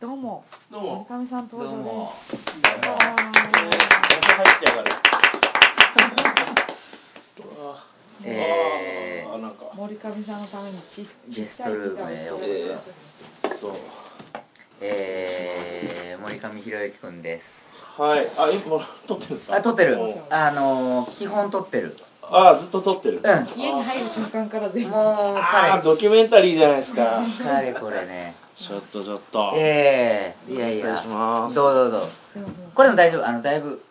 どうもどうも。森上さん登場ですどうもわえー、入ってやがる。あえー、あ、なんかー。森上さんのためにち小ゲさスいピトルザーをムへようこそう。ー、えー、森上博之くんです。はい。あ、今もら撮ってるんですか。あ、撮ってるもう。あのー、基本撮ってる。あ、ずっと撮ってる。うん。も家に入る瞬間から全う部あー、彼、ドキュメンタリーじゃないですか。彼これね。ちょっとちょっと。ええー、いやい失礼や。しどまうす。ぞどうぞ。すいませんこれでも大丈夫。あの、だいぶ、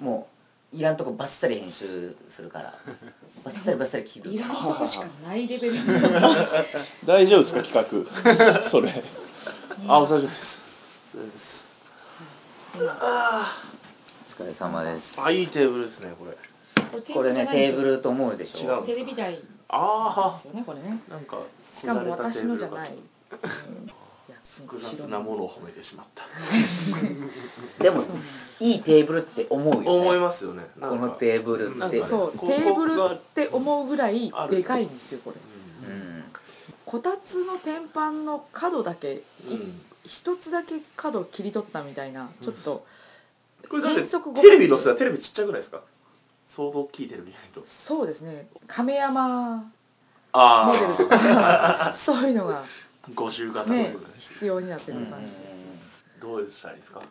もう、いらんとこバッサリ編集す るから。バッサリバッサリ切る。いらんとこしかないレベル大丈夫ですか企 画。それ。あ、お大丈夫です。そうです。お疲れ様です。あ、いいテーブルですねこれ。 これね、テーブルルと思うでし違うょ。テレビ台であすよねこれねあ、なんか。しかも私のじゃない複雑なものを褒めてしまった。でも、いいテーブルって思う 思いよね。ますよね。なんこかのテーブルなんかって。ねそうここテーブルって思うぐらいでかいんですよこれうん。こたつの天板の角だけうん。一つだけ角切り取ったみたいなちょっとこれだって連続五テレビのさテレビちっちゃくないですか相当大きいテレビじゃないとそうですね亀山モあデルとかそういうのが50型のね部分必要になってくる感じどうしたらいいですか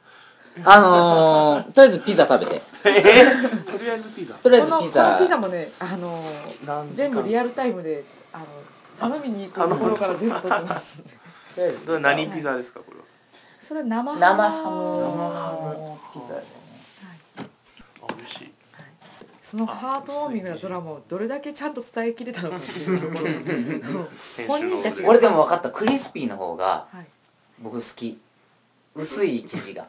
あのー、とりあえずピザ食べて。えーとりあえずピザとりあえこずのピこザのピザもねあの何時間全部リアルタイムであの頼みに行くところから全部撮ってますとりあえずどれ何ピザですかこれはそれは生ハム生ハムピザだねあ美味しいそのハートウォーミングなドラマをどれだけちゃんと伝えきれたのかっていうところ本人たちが俺でも分かったクリスピーの方がはい僕好き薄い生地が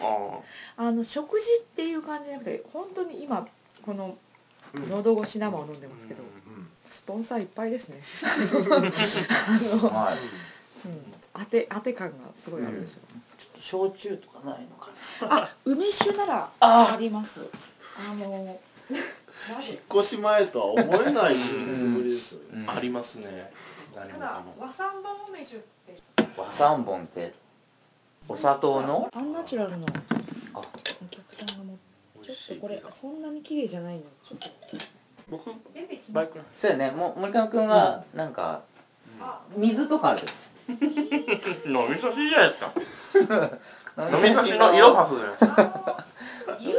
ああの食事っていう感じじゃなくて本当に今このうん喉越し生を飲んでますけど、あスポンサーいっぱいですね はういん当て当て感がすごいあるでしょ、ちょっと焼酎とかないのかなあ梅酒ならありますあの引っ越し前とは思えない充実ぶりですよね、うんりますね何もかも和三盆梅酒って和三本ってお砂糖のアンナチュラルのあお客さんがもち美ょ味っしといこれピザそんなに綺麗じゃないのちょっと僕出てきバまイすクそうやねもう森川君はなんか水とかある飲み差しじゃないですか飲飲み差しの色はすじゃないですかあの柚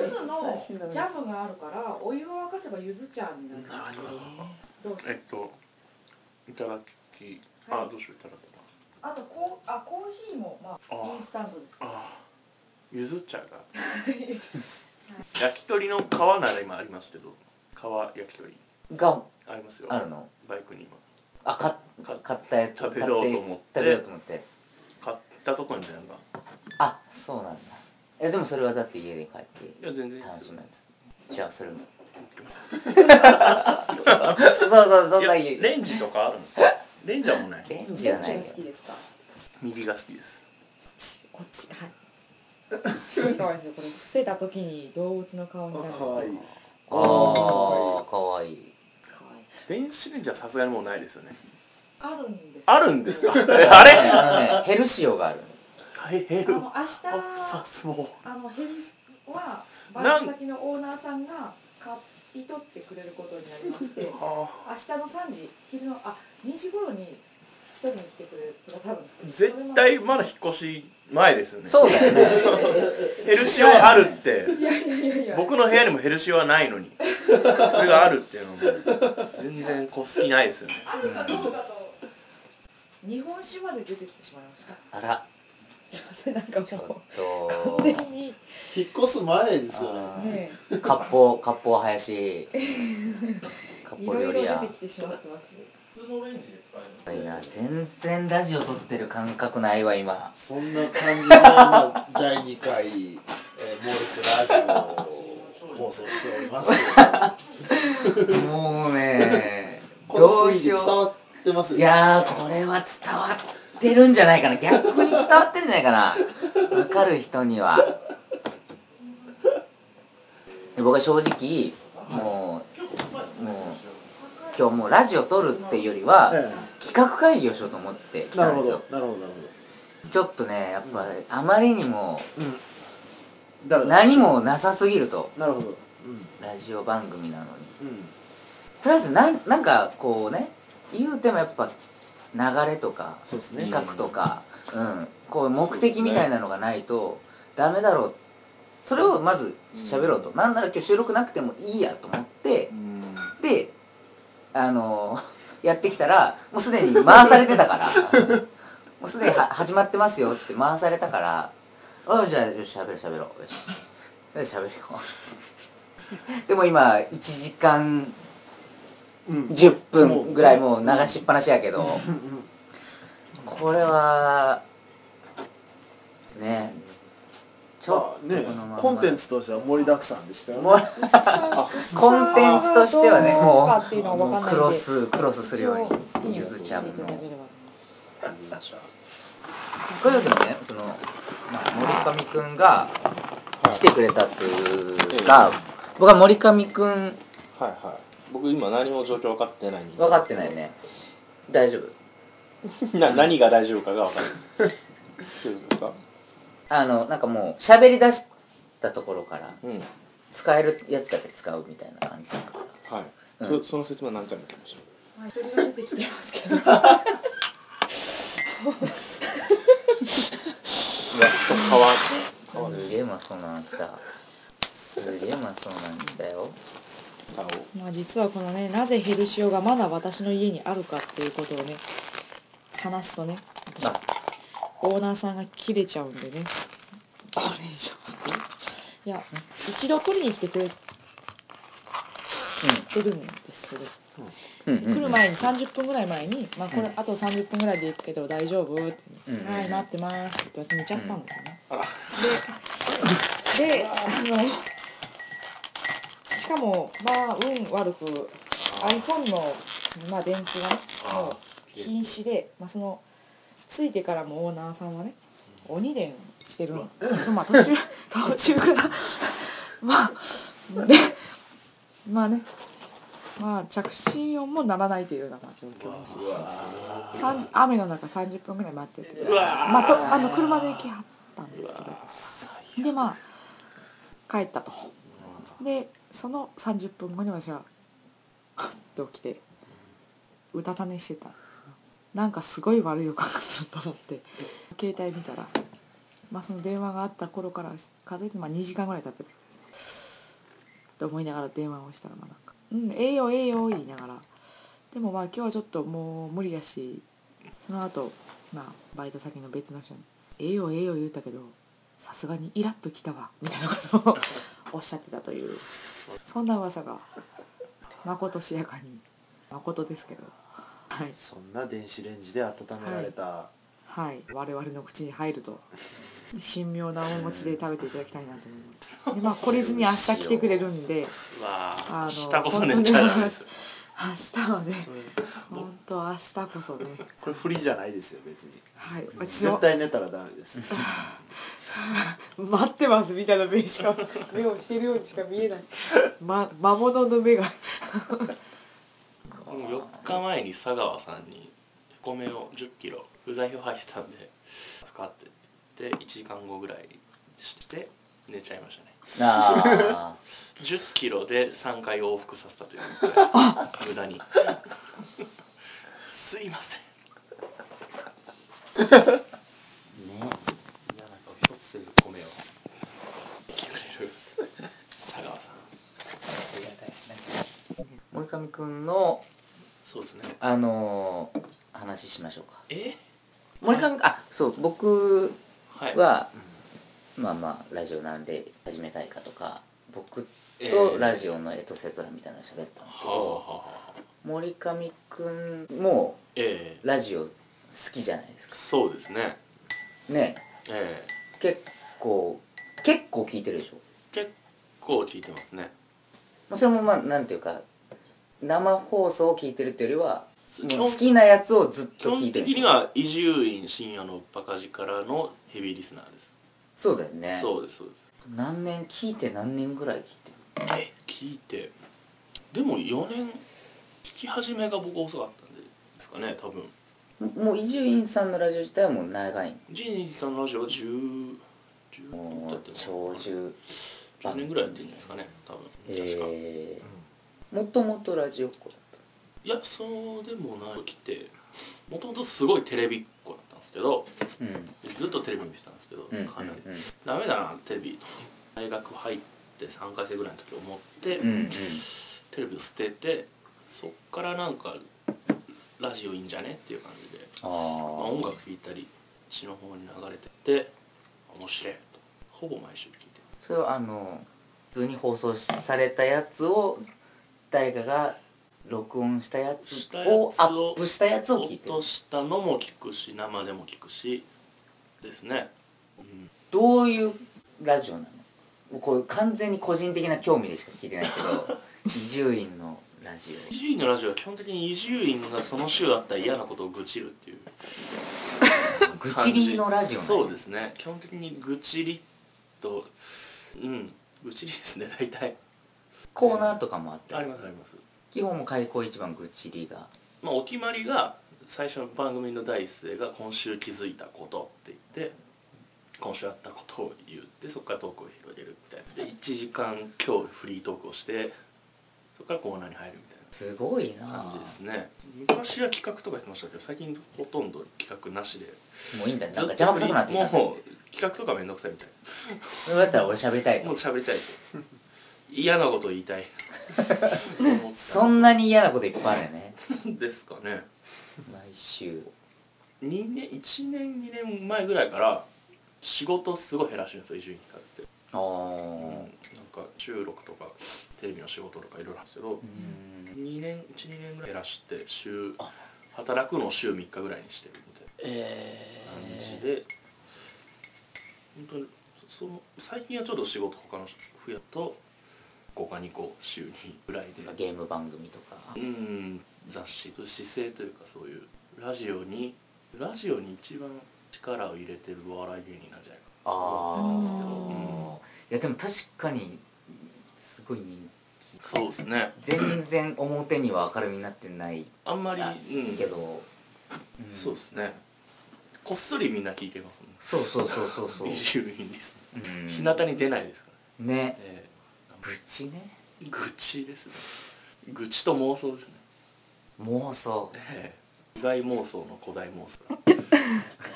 子のジャムがあるからお湯を沸かせば柚子茶になるんですけどどうしえっといただきあどうしよういただきあとこうあコーヒーもまああインスタントですあゆず茶が焼き鳥の皮なら今ありますけど皮焼き鳥がありますよあるのバイクに今あかか買ったやつ食べようと思って買食べようと思って買ったとこにじゃなんかあそうなんだえでもそれはだって家で帰っていや全然いいで楽すしよむやつじゃあそれもいやそうそうそんな家レンジとかあるんですかレンジはもうないレンジじどゃっなちいがよ好きですか右が好きですこっちはいすごい可愛いですよこれ伏せた時に動物の顔になるあかわいいああかわいい電子レンジはさすがにもうないですよねあるんですあるんですかえあれあのねヘルシオがある大変あの明日さすもあの返事はなバイんト先のオーナーさんが買い取ってくれることになりまして明あ日の3時昼のあ2時頃に一人に来てくれくださるんですけど絶対まだ引っ越し前ですよねそうだよねヘルシオあるってそれはいやいやいやいや僕の部屋にもヘルシオはないのにそれがあるっていうのも全然こすきないですよねあるかどうかと日本酒まで出てきてしまいましたあらすいませんなんかちょっもうと完全に引っ越す前ですよねあねー割烹割烹林割い烹ろい料ろ理出屋てきてしまってます普通のレンジで使えいいな全然ラジオ撮ってる感覚ないわ今そんな感じで今第2回、えー、猛烈ラジオを放送しておりますけ どもうねこどのう雰囲気し伝よわってますういやーこれは伝わってるんじゃないかな逆に伝わってるんじゃないかなわかる人には僕は正直もうもう今日もうラジオ撮るっていうよりはえ企画会議をしようと思ってえ来なたるんでほすどよなるほどなるちょっとねやっぱあまりにもだらだら何しもなさすぎるとなるほどうんラジオ番組なのにうんとりあえずなんなんかこうね言うてもやっぱ流れとかそうですね企画とか、うん、こう目的みたいなのがないとダメだろうそれをまず喋ろうと、なんなら今日収録なくてもいいやと思ってうんであの やってきたらもうすでに回されてた からもうすでには始まってますよって回されたから「あじゃあよし喋ろう喋ろうよしよし喋るよ」でも今1時間うん10分ぐらいもう流しっぱなしやけどこれはねちょっとまあねこのまんまコンテンツとしては盛りだくさんでしたよねもうあコンテンツとしてはねもうさあどうかっていうのは分かんないんでクロスクロスするようにゆずちゃんの教えていただければこれでもねその、まあ、森上くんが来てくれたっていうか、僕は森上くんはいはい僕今何も状況分かってないんで分かってないよね大丈夫な何が大丈夫かが分かんないですどういうことですかあのなんかもう喋り出したところからうんは使えるやつだけ使うみたいな感じだからい、うんそその説明は何回も聞きましまあ一人が出てきてますけどたやっと変わ変わるすげえうまそうなの来たすげえうまそうなんだよ顔まあ実はこのねなぜヘルシオがまだ私の家にあるかっていうことをね話すとね私あオーナーさんが切れちゃうんでねこれ以上いや一度取りに来てくれてるんですけど、うんうん来る前に30分ぐらい前に「まあ、これあと30分ぐらいで行くけど大丈夫?」って「うんうんはい待ってます」って私寝ちゃったんですよね。あらでであのしかもまあ運悪く iPhone の、まあ、電池がねもう禁止で、まあ、そのついてからもオーナーさんはね鬼伝してるの、まあ、途中途中からまあでまあねまあ着信音もならないというようなまあ状況らしいうんうわーさん雨の中30分ぐらい待ってて、まあ、とあの車で行きはったんですけどでまあ帰ったとでその30分後に私はふっと起きてうたた寝してたんですよなんかすごい悪い予感がすると思って 携帯見たら、まあ、その電話があった頃から数えて、まあ、2時間ぐらい経ってるわけですよと思いながら電話をしたらまあなんか「うんええよええよ」言いながらでもまあ今日はちょっともう無理やしその後まあバイト先の別の人に「ええよええよ」言うたけどさすがにイラッときたわみたいなことを おっしゃってたというそんな噂がまことしやかにまことですけどはい、そんな電子レンジで温められたはい、我々の口に入ると神妙な面持ちで食べていただきたいなと思い ますでまあ懲りずに明日来てくれるんでわあのあ、下こそ寝ちゃダメです。明日はね本当明日こそねこれフリじゃないですよ別にはい私絶も対寝たらダメです待ってますみたいな目しか目をしてるようにしか見えない、ま、魔物の目がもう4日前に佐川さんにお米を10キロ不在表配してたんで使って言って1時間後ぐらいにして寝ちゃいましたねあ10キロで3回往復させたという無駄にすいませんあね嫌な顔一つせず米を来てくれる佐川さん森上くんのそうですねあのー話しましょうかえ森上あそう僕はいは、まあまあラジオなんで始めたいかとか僕えとーラジオのエトセトラみたいなの喋ったんですけはあはど、あはあ森上くんもええラジオ好きじゃないですかそうですねねええ結構結構聞いてるでしょ、結構聞いてますねまあ、それもまあなんていうか生放送を聞いてるっていうよりは基もう本好きなやつをずっ基と聞本いて的るには伊集院深夜のバカ力からのヘビーリスナーです、そうだよねそうですそうです何年聞いて何年ぐらい聞いてるえ聞いてでも4年聞き始めが僕遅かったんでですかね多分もう伊集院さんのラジオ自体はもう長いんジーニーさんのラジオは10もう長10寿年ぐらいやってるんじゃないですかね多分確か、えー、もともとラジオっ子だっいやそうでもない時ってもともとすごいテレビっ子だったんですけどたうんずっとテレビ見てたんですけど、うんかなりダメだなテレビと思って大学入って3回生ぐらいの時思って、うんうんテレビを捨ててそっからなんかラジオいいんじゃねっていう感じで、ああまあ音楽聴いたり血の方に流れてって面白いとほぼ毎週聴いてそれはあの普通に放送されたやつを誰かが録音したやつしたやつををアップしたやつを聞いてる落としたのも聞くし生でも聞くしですね、うん、どういうラジオなのもうこれ完全に個人的な興味でしか聞いてないけ ど伊集院のラジ伊集院のラジオは基本的に伊集院がその週あった嫌なことを愚痴るっていうオ愚痴りのラジオなのそうですね基本的に愚痴りとうん愚痴りですね大体コーナーとかもあったありります基本も開口一番愚痴りがまあお決まりが最初の番組の第一声が「今週気づいたこと」って言って今週あったことを言ってそこからトークを広げるみたいなで1時間今日フリートークをしてそこからコーナーに入るみたいなすごいな感じですもね昔は企画とかやってましたけど最近ほとんど企画なしでういいんだなんかずっ邪魔くさくなっとてきたそもう企画とかめんどくさいみたいれだったら俺喋りたいなともう喋りたいと嫌なこと言いたいと思っ そんなに嫌なこといっぱいあるよねたん ですかね毎週2年1年2年前ぐらいから仕事すごい減らしてるんですよ伊集院光って、あうんあなんか収録とかテレビの仕事とかいろいろなんですけど、うん2年12年ぐらい減らして週働くのを週3日ぐらいにしてるみたいえな感じで、本当にその最近はちょっと仕事他のふやと5か2個週にぐらいでー、ゲーム番組とかうん雑誌と姿勢というかそういうラジオにラジオに一番力を入れてるお笑い芸人なんじゃないかああうんいやでも確かにすごい人そうですね気全然表には明るみになってないあんまりあうんけど、うんそうですねこっそりみんな聞いてますもんそうそうそうそう そう伊集院です、うん日向に出ないですから、ねえ愚痴ねえ愚痴ですね愚痴と妄想ですね、妄想ええ、意外妄想の古代妄 想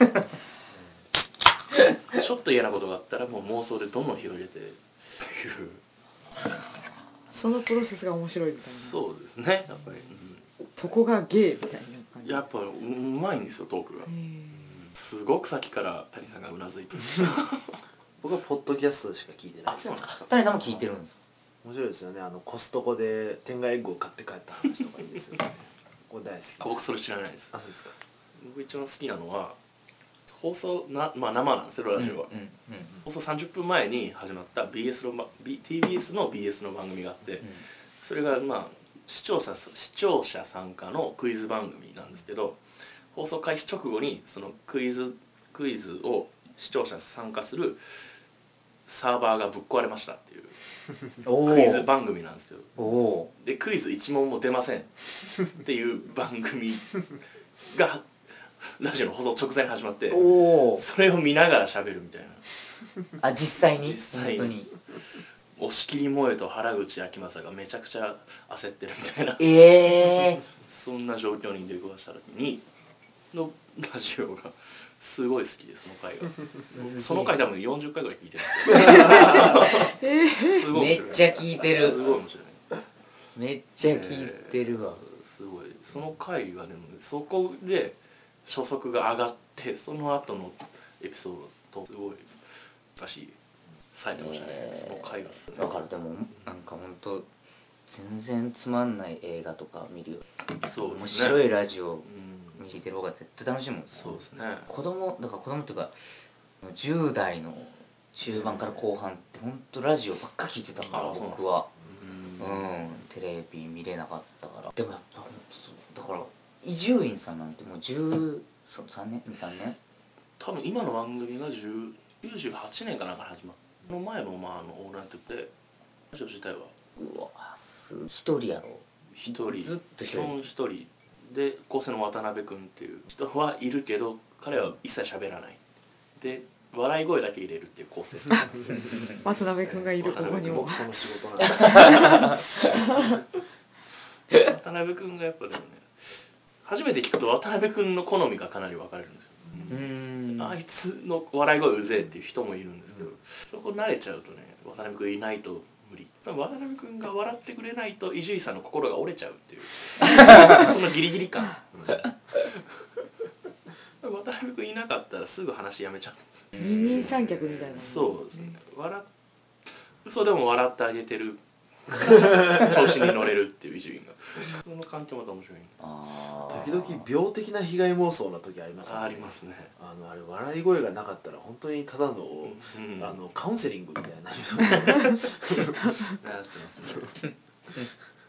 うんちょっと嫌なことがあったらもう妄想でどんどん広げてっていうそのプロセスが面白いみたいなそそうですねやっぱり、こがゲーみたいな感うんじやっぱううまいんですよトークへがーすごくさっきから谷さんがうなずいてる僕はポッドキャストしか聞いてないですんですか谷さんも聞いてるんですか面白いですよねあのコストコで天外エッグを買って帰った話とかいいですよねこれ大好きです僕それ知らないですあそうですか僕一番好きなのは放送な、まあ、生なんですよラジオは、うんうん放送30分前に始まった BS のば、B、TBS の BS の番組があって、うんそれがまあ視聴者視聴者参加のクイズ番組なんですけど放送開始直後にそのクイズクイズを視聴者参加するサーバーがぶっ壊れましたっていうおクイズー番組なんですけどおおでクイズ1問も出ませんっていう番組がラジオの放送直前に始まってーおーそれを見ながら喋るみたいなあ実際に実際に本当に押切萌えと原口あきまさがめちゃくちゃ焦ってるみたいなええそんな状況に出くわした時にのラジオがすごい好きでその回 が その回多分40回ぐらい聞いてるんですよすー、ごい面めっち白ゃい聞いてすごいる面白いめっちゃ聞いてるわ、すごいその回がでもそこで初速が上がってその後のエピソードとすごいらしい冴えてましたね、えーその回がすごいわかるでもなんかほんと全然つまんない映画とか見るよそうで面すね白いラジオうんに聞いてる方が絶対楽しいもんそうですね子供だから子供っていうか10代の中盤から後半ってほんとラジオばっか聞いてたからあそうなんです僕かはうんうんテレビ見れなかったからでもやっぱそうだから伊集院さんなんてもう13年23年多分今の番組が10 98年かなんかに始まったの前もまああのオールナイトでラジオ自体はうわす一人やろ一人ずっと一基人本一人で高専の渡辺君っていう人はいるけど彼は一切喋らないで笑い声だけ入れるっていう構 成さんですよ渡辺君がいるここにも僕その仕事なんです渡辺君がやっぱでもね初めて聞くと渡辺君の好みがかなり分かれるんですよ、うんあいつの笑い声うぜえっていう人もいるんですけど、そこ慣れちゃうとね渡辺君いないと無理渡辺君が笑ってくれないと伊集院さんの心が折れちゃうっていうそのギリギリ感渡辺君いなかったらすぐ話やめちゃうんですよ二人三脚みたいなそうですね笑っ嘘でも笑ってあげてる調子に乗れるっていう伊集院がその環境また面白いねあー 時々病的な被害妄想な時ありますよあありますね、あのあれ笑い声がなかったら本当にただの,、うん、ああののカウンセリングみたいになるなってますね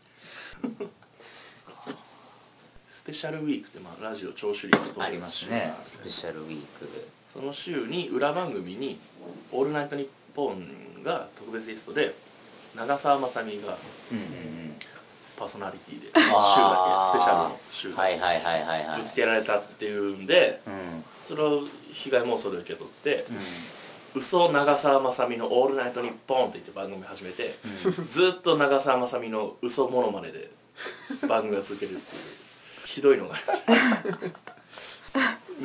スペシャルウィークってまあラジオ聴取率とありますねスペシャルウィークその週に裏番組に「オールナイトニッポン」が特別ゲストで長澤まさみがうんうんパーソナリティで週だけスペシあーャルの週うんだはけいはいはいはいはいぶつけられたっていうんでうんうんそれを被害妄想で受け取って「嘘長澤まさみのオールナイトニッポン」って言って番組始めてずっと長澤まさみの嘘モノマネで番組が続けるっていうひどいのがあり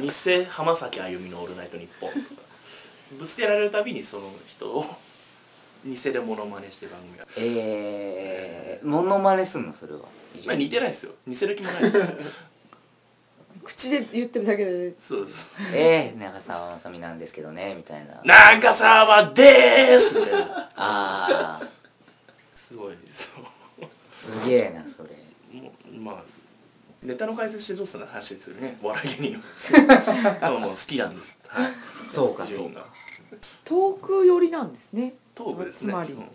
ました偽浜崎あゆみの「オールナイトニッポン」とかぶつけられるたびにその人を偽でモノマネして番組が、えーモノマネすんのそれはまあ、似てないですよ似せる気もないですよ口で言ってるだけでそうですえー長澤まさみなんですけどねみたいな長澤でーすみたいなああすごいそうすげえなそれもうまあネタの解説してどうすんの話ですよねお笑い芸人の でももう好きなんですはいそうかそう順位が遠く寄りなんですねトークですねつまりうんうん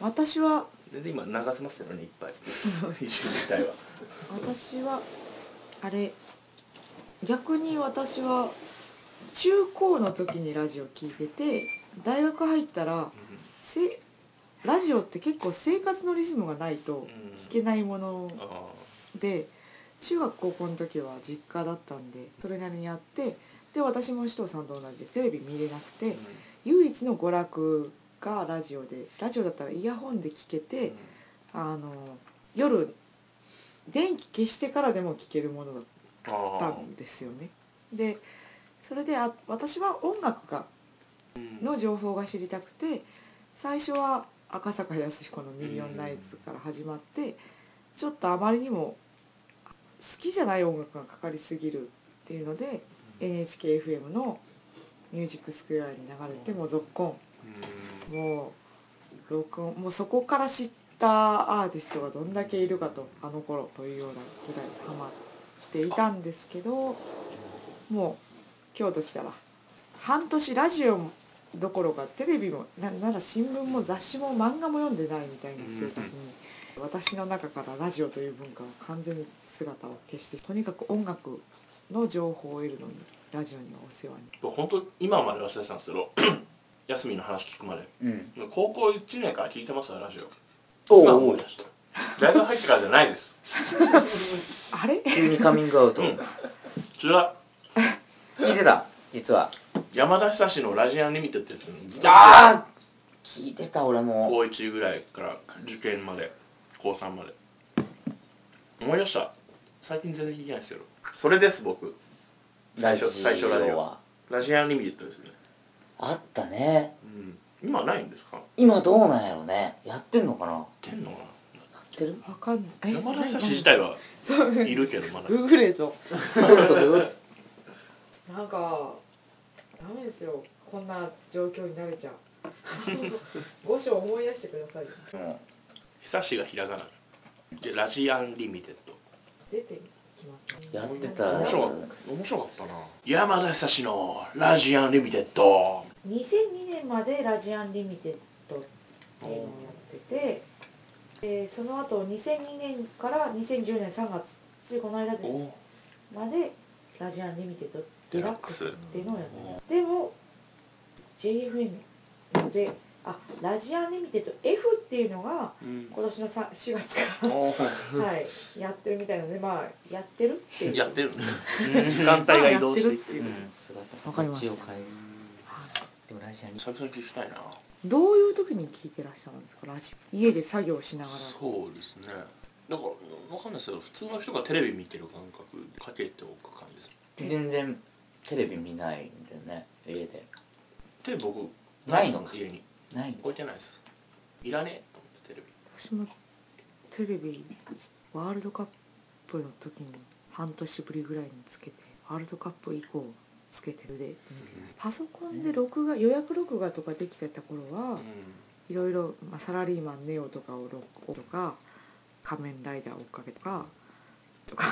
私は全然今流せますよねいっぱい一瞬自体は私はあれ逆に私は中高の時にラジオ聞いてて大学入ったらせラジオって結構生活のリズムがないと聞けないものあで中学高校の時は実家だったんでそれなりにあってで私も首藤さんと同じでテレビ見れなくて唯一の娯楽がラジオでラジオだったらイヤホンで聞けて、あの夜電気消してからでも聴けるものだっああたんですよね。でそれであ私は音楽がの情報が知りたくて最初は赤坂康彦の「ミリオンナイツ」から始まってちょっとあまりにも好きじゃない音楽がかかりすぎるっていうので NHKFM の「ミュージックスクエア」に流れてもうぞっこんもう録音もうそこから知ったアーティストがどんだけいるかとあの頃というようなぐらいハマっていたんですけどもう京都来たら半年ラジオもどころかテレビもななら新聞も雑誌も漫画も読んでないみたいな生活に私の中からラジオという文化は完全に姿を消してとにかく音楽の情報を得るのにラジオにはお世話に僕本当今まで忘れてたんですけど 休みの話聞くまでうん高校1年から聞いてましたラジオおう今思い出した大学入ってからじゃないですあれ急にカミングアウトうんそれは聞いてた実は山田久志の「ラジアンリミット」ってやつずっとああ聞いてた俺も高1ぐらいから受験まで高3まで思い出した最近全然聞いてないですけどそれです僕ラ最ジ初最初ラジオオはラジアンリミットですね、あったねうん、今ないんですか今どうなんやろねやってんのかなやてんのかってるわかんなない山田久何志 自体はそういるけどま だグーグレーぞちょっとうなんかダメですよこんな状況に慣れちゃう 五章思い出してくださいよも久しがひらがなでラジアンリミテッド出てきますねうやってた面白かった面白かったな山田久志のラジアンリミテッド2002年までラジアンリミテッドっていうのをやってて、えーその後2002年から2010年3月ついこの間ですおまでラジアンリミテッドデラックスっていうのをやってたでも JFN であラジアンリミテッド F っていうのがうん今年のさ4月から おはいやってるみたいなのでまあやってるっていうやってるね時間帯が移動していってうるん姿わかりました形を変えるでもラジアンに久々に聞きたいなどういう時に聞いてらっしゃるんですかラジオ家で作業しながらそうですねだから分かんないですけど普通の人がテレビ見てる感覚でかけておく感じです全然テレビ見ないんだよね家でで僕ないのか家にないの置いてないですいらねえと思ってテレビ私もテレビワールドカップの時に半年ぶりぐらいにつけてワールドカップ以降つけてるで見てないパソコンで録画予約録画とかできてた頃はういろいろ、まあ、サラリーマンネオとかを録画とか仮面ライダー追っかけとかとか、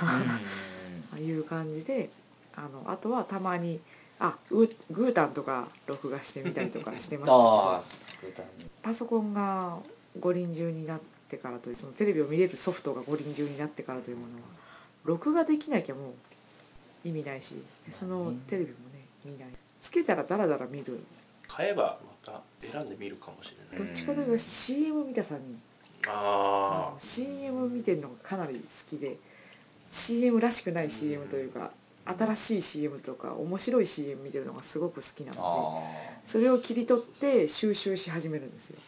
ういう感じであのあとはたまにあウーグータンとか録画してみたりとかしてましたけんど ああー歌ねパソコンが五輪中になってからというそのテレビを見れるソフトが五輪中になってからというものは録画できなきゃもう意味ないしでそのテレビもね見ないつけたらダラダラ見る買えばまた選んでみるかもしれどないっちかというと CM 見たさにああの CM 見てるのがかなり好きで CM らしくない CM というか新しい CM とか面白い CM 見てるのがすごく好きなのであそれを切り取って収集し始めるんですよ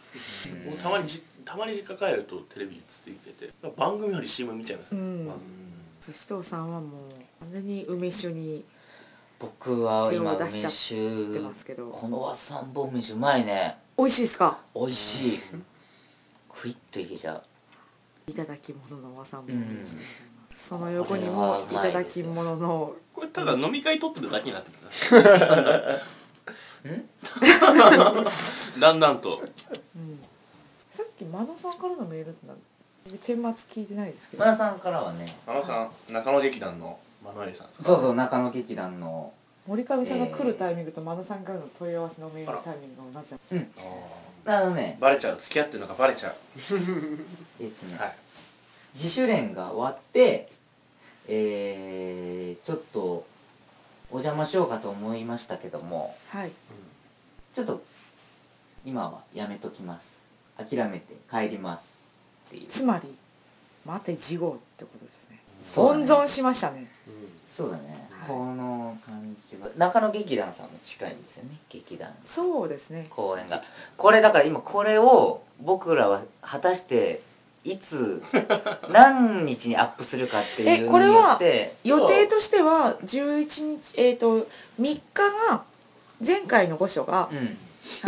あもうたまにじたまに実家帰るとテレビについてて番組より CM 見ちゃいますうよんまずで須藤さんはもう完全に梅酒に僕は今手を出梅しちゃ酒出ますけどこの三本梅酒うまいね美味しいですか美味しいクイッといけちゃういただき物の和さんもうん梅酒でございますその横にもいただき物のこれただ飲み会撮ってるだけになってくんるだんだんとうんさっき真野さんからのメールってな顛末聞いてないですけど村さんからはね真野さん中野劇団の真野エリさんですそうそう中野劇団の森上さんが来るタイミングと真野さんからの問い合わせのメールのタイミングが同じなんですよあのねバレちゃう付き合ってるのがバレちゃうえっとね、はい自主練が終わってえー、ちょっとお邪魔しようかと思いましたけどもはいちょっと今はやめときます諦めて帰りますっていうつまり待て次号ってことですねそうだ温ね存しましたねそうだね、はいこの感じは中野劇団さんも近いんですよね劇団そうですね公演がこれだから今これを僕らは果たしていつ何日にアップするかっていうえのこれによはって予定としては11日えっ、と3日が前回の御所がう、ん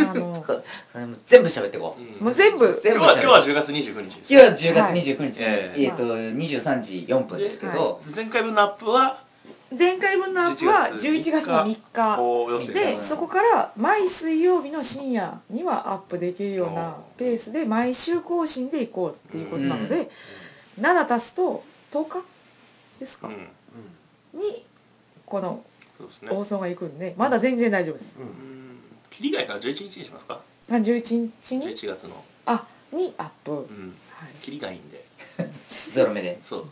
あのこそれも全部喋ってこうもう全 部全今部日は今日は喋って10月29日です今日は10月はい29日ええええっと23時4分ですけどで前回分のアップは前回分のアップは11 11月月のの3 3日こう予定でそこから毎水曜日の深夜にはアップできるようなペースで毎週更新でいこうっていうことなので、7足すと10日ですか、うんにこのそうです放ね送が行くんでまだ全然大丈夫です、うん切り替えから11日にしますかまあ11日に11月のあにアップ、はうん切りがいいんでゾロ目でそう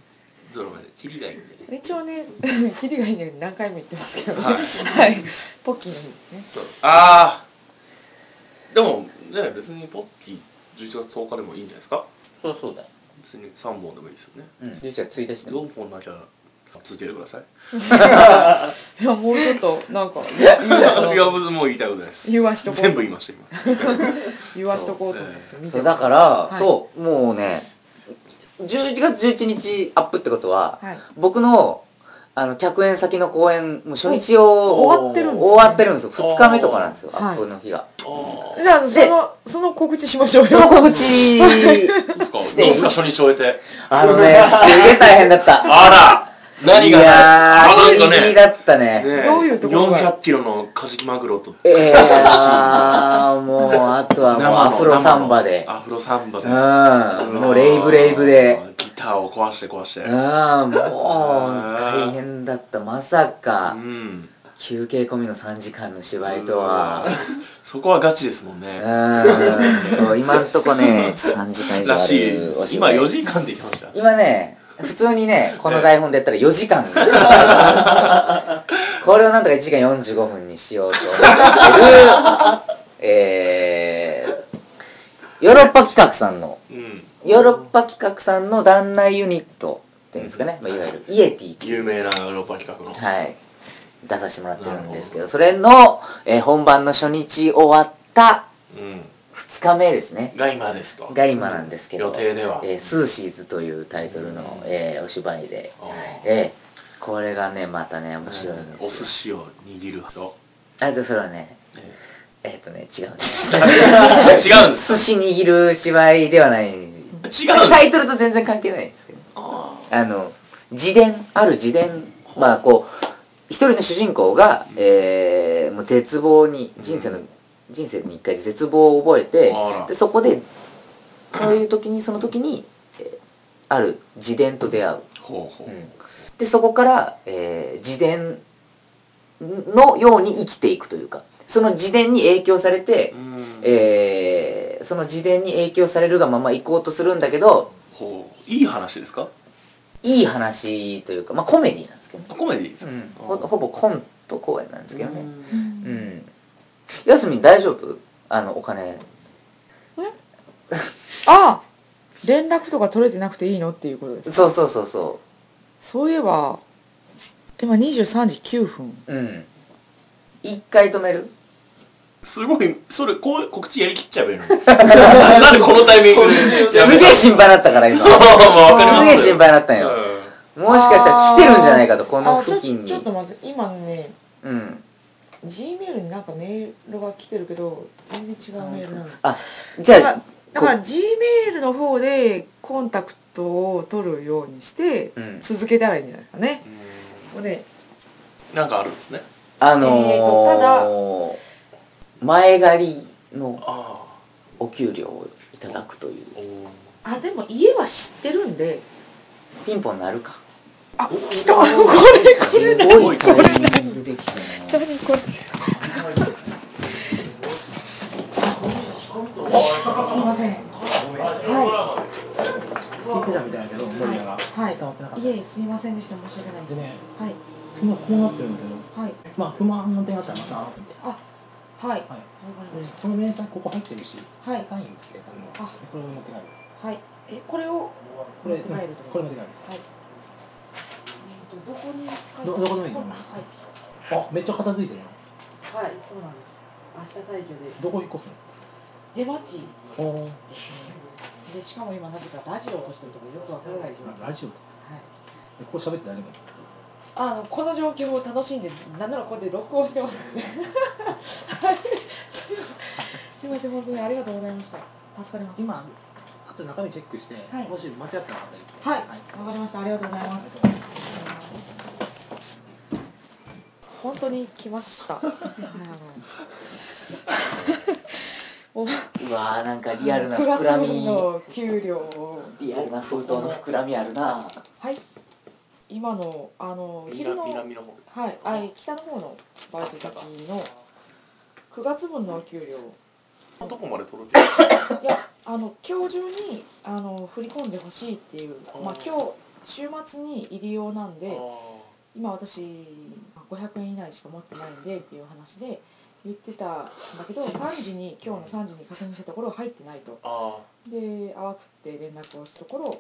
ゾロまで切りがいいんでい、一応ね キリがいいんで何回も言ってますけど、はいはい、ポッキーの日ですねそうああでもね別にポッキー11月10日でもいいんじゃないですかそうそうだよ別に3本でもいいですよねうん11月1日でも4本なきゃ続けてくださ いいやもうちょっとなんか言う言うやろ いや別にもう言いたいことないです言わしとこう全部言いました今言わしとこうと思って見てそうまだすから、いそうもうね11月11日アップってことは、はい僕のあの客演先の公演もう初日をお終わってるんですね終わってるんですよ2日目とかなんですよおーアップの日が、じゃあそでのその告知しましょうよその告知どうですかどうですか初日終えてあのねすげえ大変だったあら何がいやあなんーかギリギリねだったねねどういうところが400キロのカジキマグロとええー、もうあとはもうアフロサンバでアフロサンバでうんもうレイブレイブでギターを壊して壊してうんもう大変だったまさかうん休憩込みの3時間の芝居とは そこはガチですもんうねんそう今んとこねちょっと3時間以上らあしいでるおす芝今居4時間で行きました今ね普通にねこの台本でやったら4時間これをなんとか1時間45分にしようと思ってるえーッパ企画さんのうんヨーロッパ企画さんの団内ユニットっていうんですかね、まあ、いわゆるイエティ有名なヨーロッパ企画のはい、出させてもらってるんですけどそれの、えー本番の初日終わったうん2日目ですねが今ですとが今なんですけど、予定ではえースーシーズというタイトルの、えーお芝居で、あーえーこれがねまたね面白いんですよ、お寿司を握る人あでそれはねええーっ、とね違うんで す違うんです 寿司握る芝居ではない違うんでタすイトルと全然関係ないんですけどああの自伝ある自伝まあこう一人の主人公が、えーもう絶望に人生の、人生に一回絶望を覚えてあらでそこでそういう時にその時に、えーある自伝と出会う、ーほうほうでそこから、えー自伝のように生きていくというかその自伝に影響されて、うんえーその自伝に影響されるがまま行こうとするんだけどほういい話ですかいい話というか、まあ、コメディなんですけどねあコメディですうかん、あーほほぼコント公演なんですけどねうんうん休み大丈夫あのお金あ連絡とか取れてなくていいのっていうことですかそうそうそうそそういえば今23時9分ううん一回止めるすごいそれこう告知やりきっちゃえばいいのに なんでこのタイミングでやすめげたえ心配だったから今すわかります げえ心配だったんようんもしかしたら来てるんじゃないかとこのあち付ょ近にちょっと待って今ねうん G メールになんかメールが来てるけど全然違うメールなのあじゃだかあらだから G メールの方でコンタクトを取るようにしてうん続けたらいいんじゃないですかね、もうねなんかあるんですねあえーとたのー、前借りのあお給料をいただくというあおあでも家は知ってるんでピンポンなるかあ来たこれこれすごいタイミングできたなすいませんは聞いてたみたいだけど森田がいはい伝わってなかったいえすいませんでした申し訳ないで、ですねはい今こうなってるんだけどはいまあ不満の点あったらまたあは会おうみたいいわかなはいりましでこの明細ここ入ってるしたはいサインしてあのあこれを持って帰るはいえこれをこれ持って帰るとこれ持って帰るはいえっ、とどこにどどこでもいいのはいあめっちゃ片付いてるよはいそうなんです明日退去でどこ引っ越す出待ちのおーでしかも今なぜかラジオを落としてるとかよくわからない状況です、はラい、ジオとえこう喋って大丈あのこの状況を楽しんでなんならここで録音してます はいすいません本当にありがとうございました助かりま夫す今あと中身チェックして、はいもし間違ってなかったはいらわかりましたありがとうございます本当に来 ました。あのうわーなんかリアルな9膨月ら分みの給料をリアルな封筒の膨らみあるなはい今のあの昼の南の方はいあい北の方のバイト先の9月分のお給料どこまで届けるいや あの今日中にあの振り込んでほしいっていうまあ今日週末に入り用なんで今私500円以内しか持ってないんでっていう話で言ってたんだけど3時に今日の3時に確認したところ入ってないとあーであ慌てて連絡をしたところなんか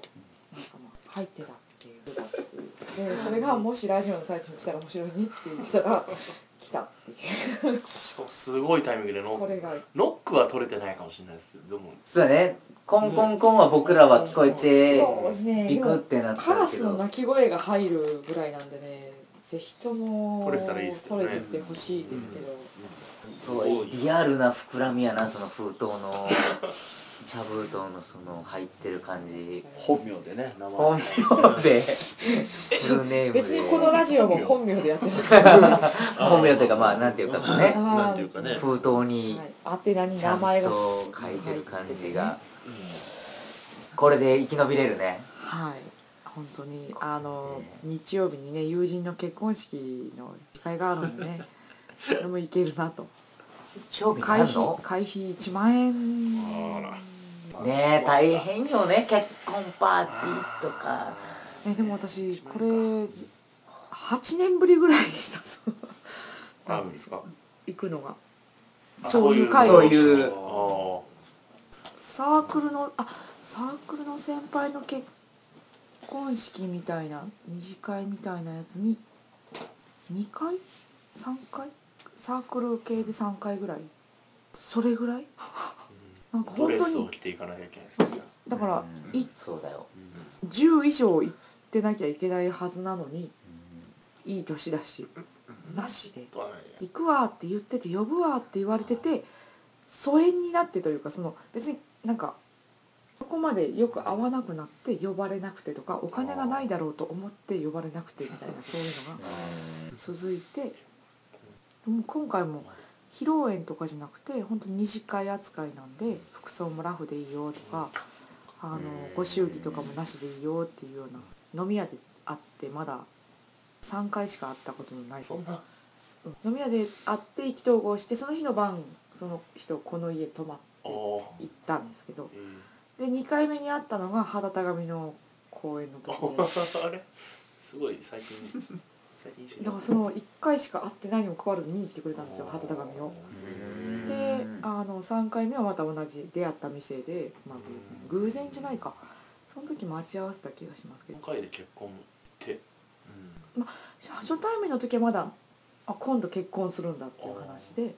まあ入ってたっていうでそれがもしラジオの最中に来たら面白いねって言ってたら来たっていうーしかもすごいタイミングでノこックれがノックは取れてないかもしれないですでもそうだねコンコンコンは僕らは聞こえてそうですねビクってなったけカどラスの鳴き声が入るぐらいなんでねぜひとも取れてたらいいですよね取れてってほしいですけど、すごいリアルな膨らみやなその封筒の茶封筒のその入ってる感じ本名でね名前本名でフルネームで別にこのラジオも本名でやってます本名というかまあなんていうかこうね なんていうかね封筒にはい、宛名にちゃ名んと前が書いてる感じがこれで生き延びれるねはい。本当にあの日曜日にね友人の結婚式の機会がある んでね、それもいけるなと。超日あ会る費の会費1万円。ねえ大変よね結婚パーティーとかえでも私これ8年ぶりぐらいそうあるんですか行くのがあそういう会そをういうそういうあサークルのあサークルの先輩の結婚式みたいな二次会みたいなやつに2回3回サークル系で3回ぐらいそれぐらいなんかド本レ当スをに着ていかなきゃいけないですねだからうんいそうだよ、 10以上行ってなきゃいけないはずなのにいい年だしなしではい行くわって言ってて呼ぶわって言われてて疎遠になってというかその別になんかそこまでよく会わなくなって呼ばれなくてとかお金がないだろうと思って呼ばれなくてみたいなそういうのが続いてもう今回も披露宴とかじゃなくて本当に二次会扱いなんで服装もラフでいいよとかあのご祝儀とかもなしでいいよっていうような飲み屋で会ってまだ3回しか会ったことのないそんな飲み屋で会って意気投合してその日の晩その人この家泊まってあ行あったんですけどえーで2回目に会ったのが肌たがみの公園のとこ ろあれすごい最近最近知でだからその1回しか会ってないにもかかわらず見に来てくれたんですよ肌たがみを。うんであの3回目はまた同じ出会った店で、まあ、偶然偶然じゃないかその時待ち合わせた気がしますけど今回で結婚って初対面の時はまだあ今度結婚するんだっていう話でで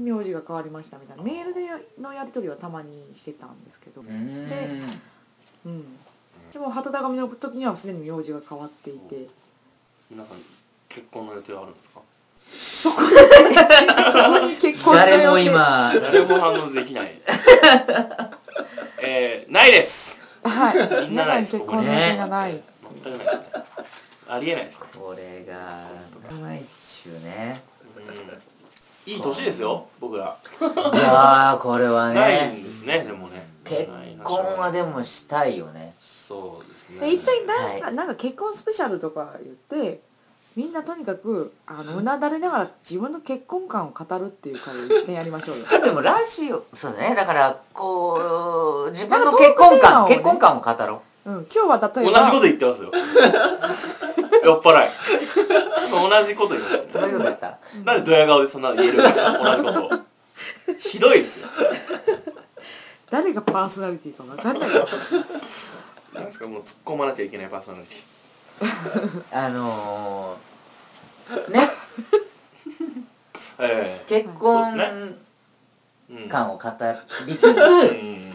名字が変わりましたみたいなメールでのやり取りはたまにしてたんですけど、うんでうん、でも旗高みの時にはすでに名字が変わっていて皆さん結婚の予定はあるんですかそこでそこに結婚の予定誰も今誰も反応できないえー、ないですはいみんな皆なさいんです結婚の予定がない、全くないですねありえないですね、これがないっちゅうねうん、いい年ですよ僕らいやーこれはないんねですねでもね結婚はでもしたいよねそうですねで一体な,、はいなんか結婚スペシャルとか言ってみんなとにかくあのうなだれながら自分の結婚観を語るっていう会を一遍やりましょうよ ちょっとでもラジオそうだねだからこう自分のなんかトー結クテーマ婚観、をね結婚観を語ろうん、今日は例同えじことば言ってますよ酔っ払い同じこと言ってますようどういうことだったなんでドヤ顔でそんなの言えるんですか同じことをひどいですよ誰がパーソナリティか分かんないよなんですかもう突っ込まなきゃいけないパーソナリティあのー、ねえ結そう婚ですえうん観を語りつうつん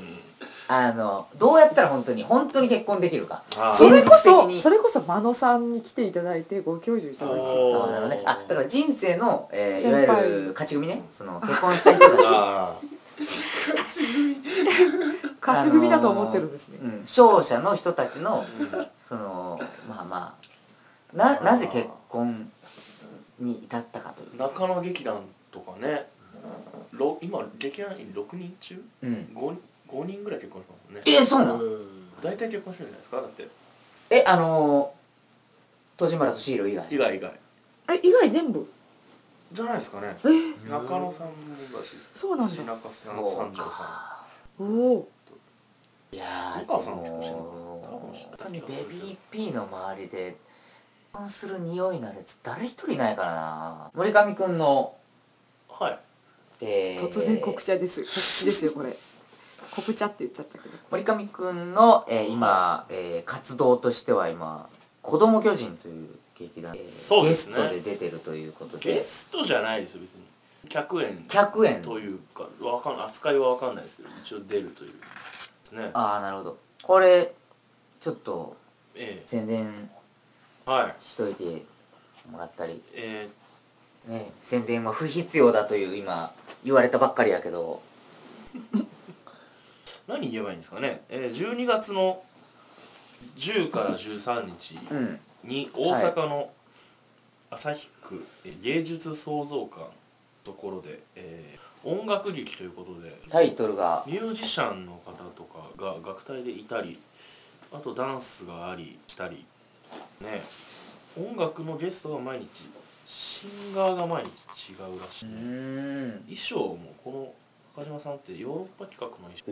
あのどうやったら本当に本当に結婚できるかあーそれこ現実そ的にそれこそ真野さんに来ていただいてご教授いただいておーそうだろうねあだから人生の、えー、い先わ輩ゆる勝ち組ねその結婚した人たち あ勝ち組だと思ってるんですね、あのーうん勝者の人たちのーうんそのまあまあななぜ結婚に至ったかという中野劇団とかねろ今劇団員6人中うん、 5, 5人ぐらい結婚したもんねえそうなのうん大体結婚してるんじゃないですかだってえあのー、戸島らとシール以外以外以外え以外全部じゃないですかねえー中野さんもだしそうなん土だ中さんそう三条さおおいやんーお母でさんも結婚してるのかな多分もして本た当気にがベするけどビー P の周りで結婚する匂いのあるやつ誰一人いないからな森上くんの、はいえー突然告知です告知ですよこれ告知って言っちゃったけど森上くんの、えー今、えー活動としては今「子供巨人」という劇団で、えーそうゲでスすねトで出てるということゲでストじゃないですよ別に客演100円というかわかん扱いはわかんないですよ一応出るというですねああなるほどこれちょっとえ宣伝えはいしといてもらったりえね宣伝は不必要だという今言われたばっかりやけどー、何言えばいいんですかね、えー、12月の10から13日うんに大阪の旭区えー芸術創造館のところで、えー音楽劇ということでタイトルがミュージシャンの方とかが楽隊でいたりあとダンスがありしたりね音楽のゲストが毎日シンガーが毎日違うらしうい、ーねん衣装もこの中島さんってヨーロッパ企画の衣装ってへ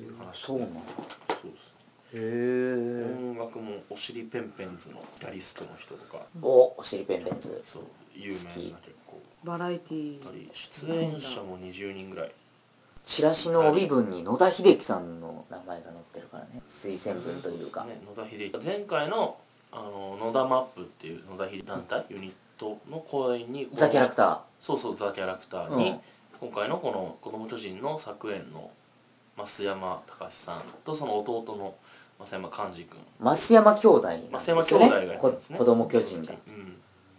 いうえ話でそうなんだそうですへえ音楽もおしりペンペンズのギタリストの人とかおおしりペンペンズそう有名な結構バラエティやっぱーり出演者も20人ぐらいチラシの帯文に野田秀樹さんの名前が載ってるからね推薦文というかね、野田秀樹前回のあの野田マップっていう野田秀樹団体ユニットの公演にザ・キャラクターそうそうザ・キャラクターに、うん今回のこの「子供巨人」の作演の増山隆さんとその弟の増山寛治君増山兄弟なん増山兄弟がやってるんですこね子供巨人がうん、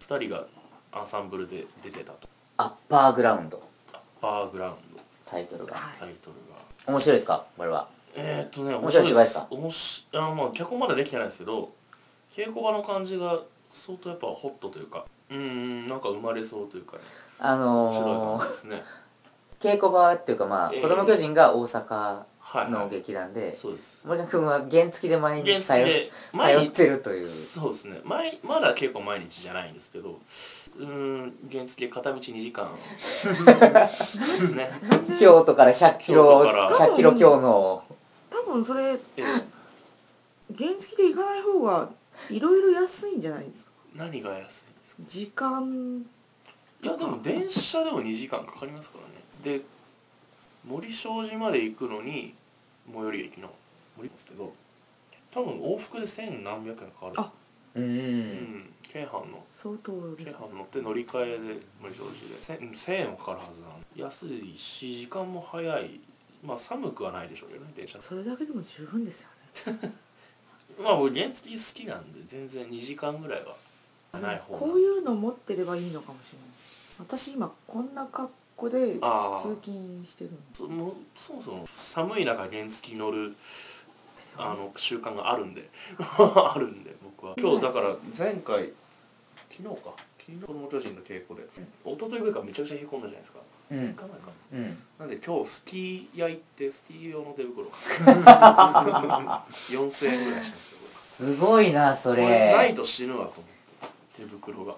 2人がアンサンブルで出てたとアッパーグラウンド「アッパーグラウンドタイトル」がタイトルが面白いですかこれはえー、っとね面白い芝居ですか面白いあまあ脚本まだできてないですけど稽古場の感じが相当やっぱホットというかうーんなんか生まれそうというか、ね、あ面白いの感ーじですね稽古場っていうかまあ、ええ子供巨人が大阪はい、はのい、劇団で、そうです森田君は原付で毎日原通付っで通前っにてるというそうですね前まだ結構毎日じゃないんですけどうーん原付片道2時 間ですね京都から100キロ京都から100キロ強の多分それえ原付で行かない方がいろいろ安いんじゃないですか何が安いんですか時間いやでも電車でも2時間かかりますからねで森障子まで行くのに最寄り駅の森ですけど多分往復で千何百円かかるあううんん京阪の相当京です阪乗って乗り換えで森障子で千千円はかかるはずなんで安いし時間も早いまあ寒くはないでしょうけどね電車それだけでも十分ですよねまあ僕原付好きなんで全然2時間ぐらいはない方こういうの持ってればいいのかもしれない私今こんな格好で通ああ勤してるんでそもそもそも寒い中原付乗るすあよ、ね、の習慣があるんで あるんで僕は今日だから前回昨日か昨日子供巨人の稽古で一昨日ぐらいからめちゃくちゃ引っ込んだじゃないですかう3日前んかうんななんで今日スキー屋行ってスキー用の手 袋4000円ぐらいしたんですよすごいなそこれこれないれと死ぬわと思って手袋が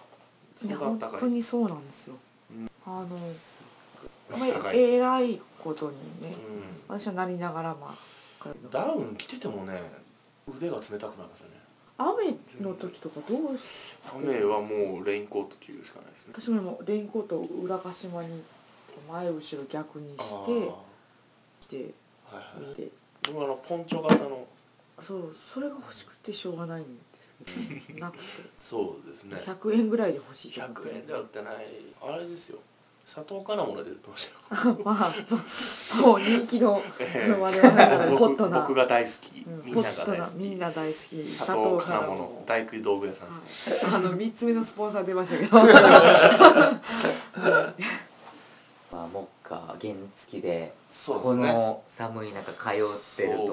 そいれやがあっ本たか当いにそうなんですよ、あのまあったあかいえらいことにねうん私はなりながらまあだけどダウン着ててもね腕が冷たくなるんですよね雨の時とかどうし雨はもうレインコート着るしかないですね私も今レインコートを裏鹿島に前後ろ逆にあしーてしてはいはい見て僕はあのポンチョ型のそうそれが欲しくてしょうがないんですけ どなくてそうですね100円ぐらいで欲しいと思って100円では売ってないあれですよ佐藤かなもので売ってましたよ まあそうもう人気のええ我々ながらホッ 僕トな僕が大好き、うんみんホなッがト大好なきみんな大好き佐藤かなもの大工道具屋さんですね、あの3つ目のスポンサー出ましたけ どはまあ目下原付でそうでこすねの寒い中通ってるそうとなん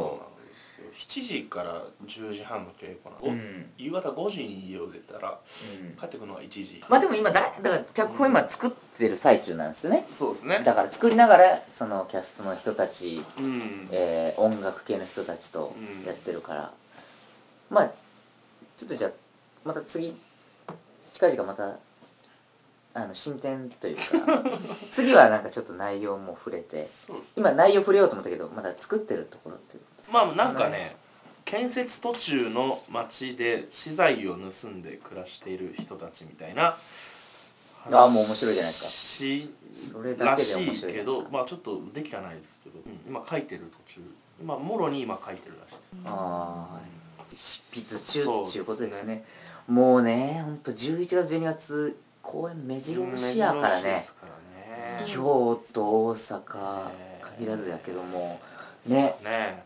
ですよ7時から10時半の稽古なの、うんうでん夕方5時に家を出たら帰ってくるのが1時まあでも今だだから脚本今作ってる最中なんですねそうですねだから作りながらそのキャストの人たち、うんえー音楽系の人たちとうんやってるから、まあちょっとじゃあまた次近々またあの進展というか次はなんかちょっと内容も触れてそうですね今内容触れようと思ったけどまだ作ってるところっていうまあなんかね建設途中の町で資材を盗んで暮らしている人たちみたいなああもう面白いじゃないですしそれだらけでし面白いいじゃないでけすかどまあちょっとできてはないですけど、うん今書いてる途中今もろに今書いてるらしいですかああ執筆中そうっていうことですねもうねほんと11月12月公演目白押しやから珍しいでねすからね京都大阪ね限らずやけどもそうでねすね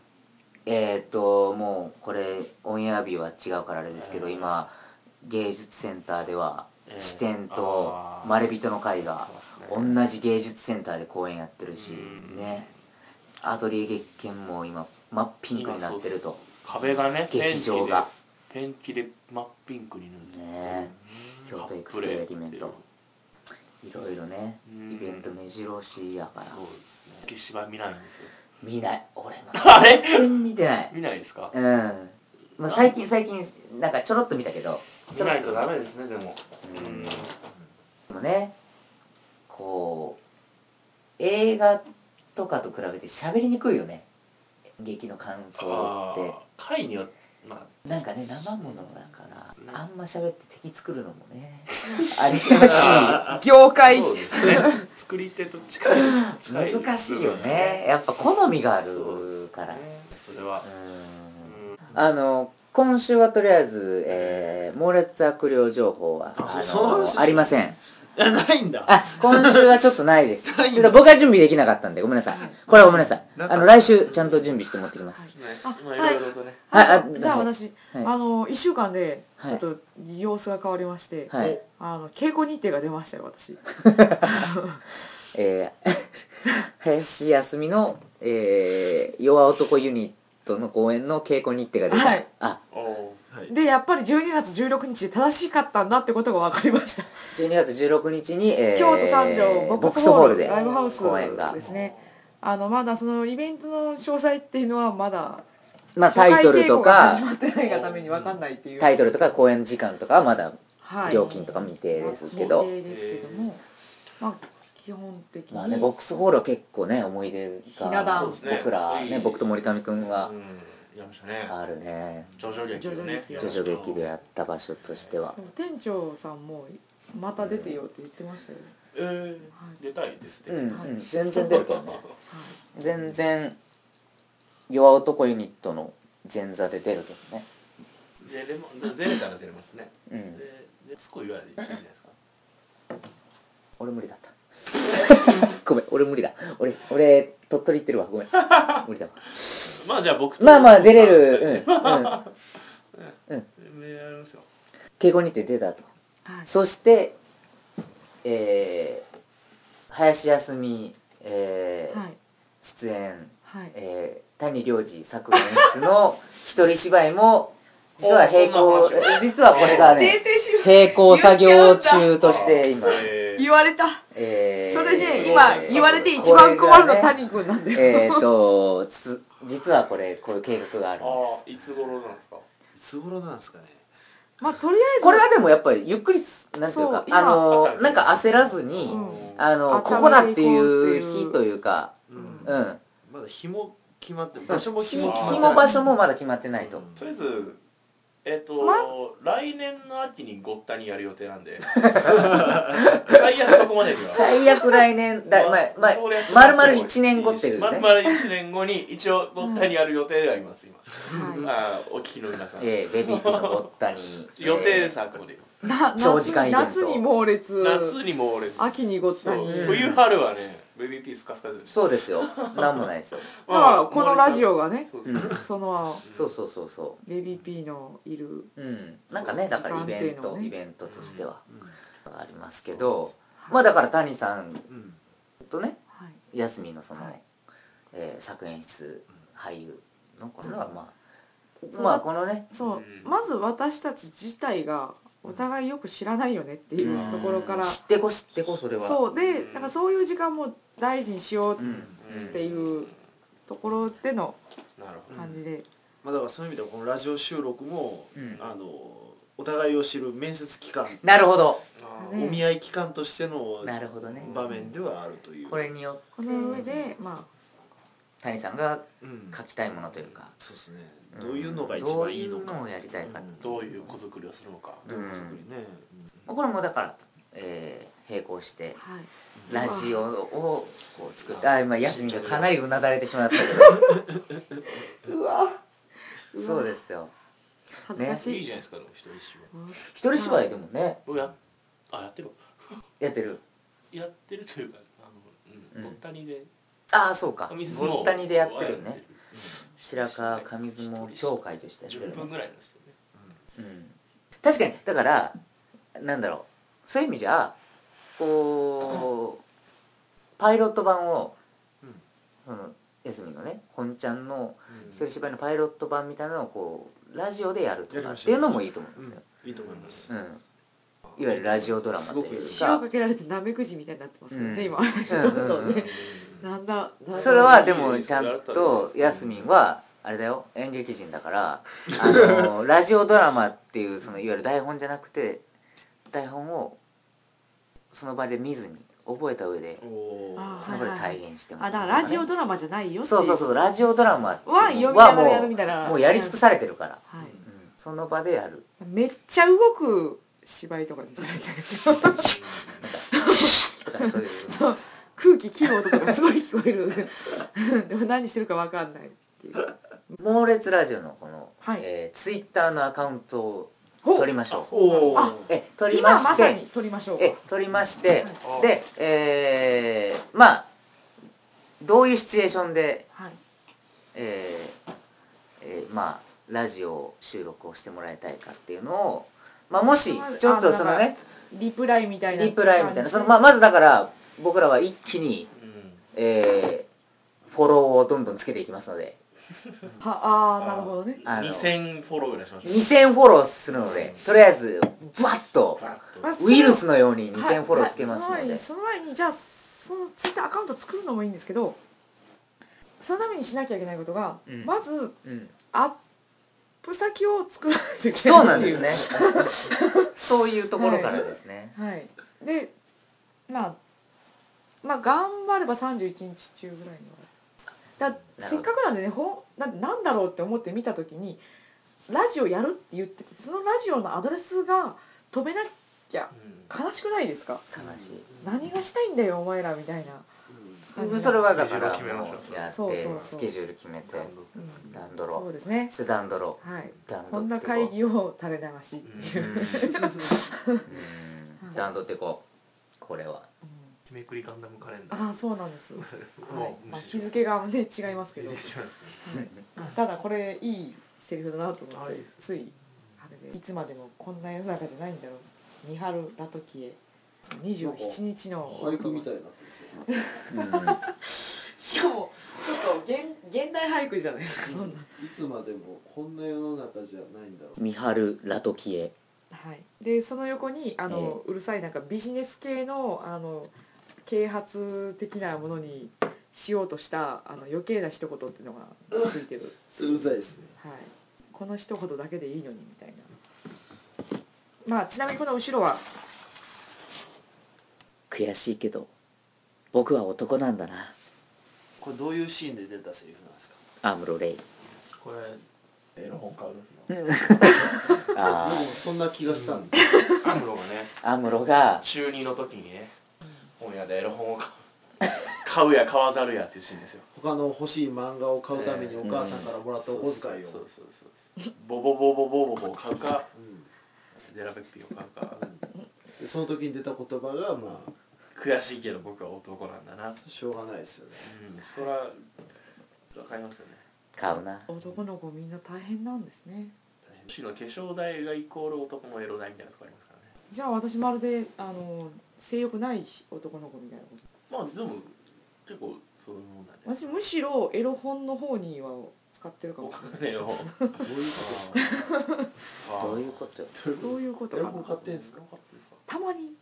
えっ、ともうこれオンエア日は違うからあれですけど、えー今芸術センターではえ「ー支店」とあ「ーまれびとの会」がそうですね同じ芸術センターで公演やってるし、うんねアトリエ月見も今真っピンクになってると壁がねペン劇キ場でがペンキで真っピンクに塗ってね京都エクスペリメントいろいろねうんイベント目白押しやからそうですね消し場見ないんですよ見ない俺もあれ全然見てない見ないですかうん、まあ、最近最近なんかちょろっと見たけど見ないとダメですねでもうんでもねこう映画とかと比べて喋りにくいよね劇の感想っあー回によっまあなんかね生ものだからあんま喋って敵作るのもねありだ業界そうですね作り手と近いです 近し難しい部よ分がねやっぱ好みがあるからそれはう、んうんあの今週はとりあえず、えー猛烈悪霊情報はあそあのその話してありませんやないんだあ今週はちょっとないですないんだちょっと僕は準備できなかったんでごめんなさいこれはごめんなさいなんあかの来週ちゃんと準備して持ってきますまあいろいろとねはいああじゃあはい私、はいあの1週間ではちいょっと様子が変わりまして、はいあの稽古日程が出ましたよ私えー、 林康美の、えー、弱男ユニットの公演の稽古日程が出た、はいあおおでやっぱり12月16日で正しかったんだってことが分かりました、 12月16日に、えー、京都三条ボボックックススホホーールルでライブハウス公演がですねあのまだそのイベントの詳細っていうのはまだまあタイトルとか初回稽古が始まってないがために分かんないっていうタイトルとか公演時間とかはまだはい料金とか未定ですけまど、あ未定ですけども、まあ基本的に、まあね、ボックスホールは結構ね思い出ひなが壇そうですね僕らね僕と森上くんはうんやりましたねあるね徐々劇をね徐々劇でやった場所としてはでも店長さんもまた出てよって言ってましたよ、えー出たいですうん、ねうん、全然出るけどね全然弱男ユニットの前座で出るけどねでレモン出れたら出れますねうんででつこいわでいいんじゃないですか俺無理だった ごめん俺無理だ俺俺鳥取行ってるわごめん無理だわまあじゃあ僕とまあまあ出れるうんうんえーやりますよ敬語にて出たとはいそして、えー、林康美、えーはい出演、はいえー谷良二作演出の一人芝居も実は並お行そんな話を実はこれが出ねてしまう並行作業中として今、えー言われたえーそれねえ今ー言われて一番困るのは谷君なんだよ、えー、とつ実はこれこういう計画があるんですああいつ頃なんですかいつ頃なんですかねまあとりあえずこれはでもやっぱりゆっくりすなんていうそかう今あのなんか焦らずに、うんあのここだっていう日というかうんうんまだ日も決まって場所も日決もまって日も場所もまだ決まってないと、とりあえずえっ、と、来年の秋にごったにやる予定なんで最悪そこまでには最悪来年だ、まあまあそりゃそうまるまる1年後っていうね、まるまる1年後に一応ごったにやる予定ではいます今、はあーお聞きの皆さん、ええベビーピーのぼったに 予定作で、い、な長時間イベント夏に夏に猛烈夏にも俺秋にごっそたにうだ冬春はねベビーピースカスカでそうですよなんもないですよからこのラジオがねそうそうそのそうそうそうそベビーピーのいるううんなんかねだからイ時間っベンていうのト、もねイベントとしては、ありますけそうどまあだから谷さんうんとねはい休みのその、はいえー作演出俳優のこのはまあそうまあこのねそう、うんまず私たち自体がお互いよく知らないよねっていうところから、知ってこ知ってこそれはそうでなんかそういう時間も大事にしよううんっていうところでのなるほど感じで、まあだからそういう意味ではこのラジオ収録も、うんあのお互いを知る面接機関、なるほどあうんお見合い機関としてのなるほどね場面ではあるというこれによってこの上でま谷さんがうん書きたいものというかそうですねうんどういうのが一番いいのかどういうのをやりたいかうんどういう子作りをするのかうんどういう作りねこれもだから、えー並行してあはいラジオをこう作ってあ今休みがかなりうなだれてしまったけ うわどそうですよ恥ずかしい、いいじゃないですかでも一人一緒うん一人芝居でもね僕やあやってるわやってるやってるというかあのうんうぼんったにでああそうか上相撲ぼったにでやってるよね白川川上相撲協会としてやってる10よね分ぐらいなんですよねうん確かにだからなんだろうそういう意味じゃこ うパイロット版を、うんその休みのね本ちゃんのうん一人芝居のパイロット版みたいなのをこうラジオでやるとやりかまっしたていうのもいいと思うんですよ、うんいいと思いますうんいわゆるラジオドラマというす塩かかけられてなめくじみたいになってますよね、うん今 うんうんうんなんだなんだそれはでもちゃんとやすみんはあれだよ演劇人だからあ のラジオドラマっていうそのいわゆる台本じゃなくて台本をその場で見ずに覚えた上でおーあその場で体現してもらあうだからラジオドラマじゃないよっていそうそうそうラジオドラマはってい読うみのはながらやるみもたいなうもうやり尽くされてるからはいその場でやるめっちゃ動く芝居とかにしたいんだけどだから そういう空気切る音とかすごい聞こえる でも何してるかわかんないっていう猛烈ラジオのこの、はいえーツイッターのアカウントをほう取りましょうおおあえ取り今まましさてに撮りましょうえ取りましてはいでえーまあどういうシチュエーションで、はいえーえーまあラジオ収録をしてもらいたいかっていうのを、まあ、もしちょっとそのねリプライみたいなリプライみたいなその、ままあ、まずだから僕らは一気に、えーフォローをどんどんつけていきますのでああーなるほどねあの2000フォローぐらいしましょう2000フォローするのでとりあえずブワッとバッとまあそれウをイルスのようにはい2000フォローつけますはのいでその前にその前にじゃあそのツイッターアカウント作るのもいいんですけどそのためにしなきゃいけないことが、うんまずうんアップ先を作らないといけないそうなんってでいうすね そういうところからですねはいでまあまあ頑張れば31日中ぐらいにはだどせっかくなんでねほんななんだろうって思って見た時にラジオやるって言っててそのラジオのアドレスが飛べなきゃ悲しくないですか悲しい何がしたいんだよお前らみたいな感じそれはだスかケジュールら決めましょうもうやっそうそうそてスうケジュール決めてうん段取そうろですねして段取ろはい段取ってこうこんな会議を垂れ流しってういうう、うん段取ってこうこれはうん日めくりガンダムカレンダーああそうなんです、はい もうまあ、無日視し付がね違いますけど日付違いますねただこれいいセリフだなと思っあいいてですついあれでいつまでもこんな世の中じゃないんだろう三春ラトキエ27日の俳句みたいになってますようんしかもちょっと現現代俳句じゃないですかそんな、いつまでもこんな世の中じゃないんだろ「う三春ラトキエはい、でその横にあの、うるさいなんかビジネス系のあの啓発的なものにしようとしたあの余計な一言っていうのがついてる、それうざいですねはい、この一言だけでいいのにみたいなまあちなみにこの後ろは悔しいけど僕は男なんだなこれどういうシーンで出たセリフなんですかアムロ レイこれ絵の本買う時のあでもーそんな気がしたんですよアムロがねアムロが中二の時にね本屋でエロ本を買う買うや買わざるやっていうシーンですよ他の欲しい漫画を買うためにお母さんからもらったお小遣いをそうそうそうそうボボボボボボボを買うかうんデラペッピを買うかでその時に出た言葉がまあ悔しいけど僕は男なんだなうんしょうがないですよねそれはわかりますよね買うな男の子みんな大変なんですねむしろ化粧代がイコール男のエロ代みたいなとこありますからねじゃあ私まるであの性欲ない男の子みたいなことまあでも結構そういうもんだね私むしろエロ本の方には使ってるかおもしれない金をどういうことどういうことよどういうことかなエロ本買ってんすかたまに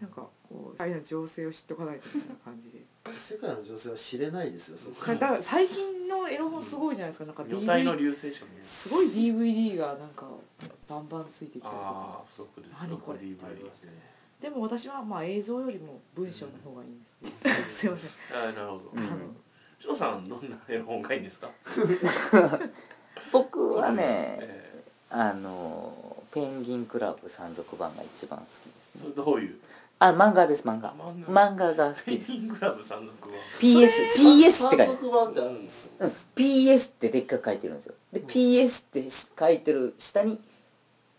なんかこうああいうの情勢を知っておかないとみたいな感じで世界の女性は知れないですよそこだから最近のエロ本すごいじゃないですかなんか女体の DVD 流星者もいるすごい DVD がなんかバンバンついてきたりとあかあ不足で何これありますねでも私はまあ映像よりも文章の方がいいんですけど すいませんああなるほどうんしのさんどんなエロ本がいいんですか僕はねええあのペンギンクラブ山賊版が一番好きですそねれどういうあ漫画です漫画漫画漫画が好ペンきですギングラブ山賊は PS PS って書いてあ山る賊版ってあるんですうん PS ってでっかく書いてるんですよで PS ってし書いてる下に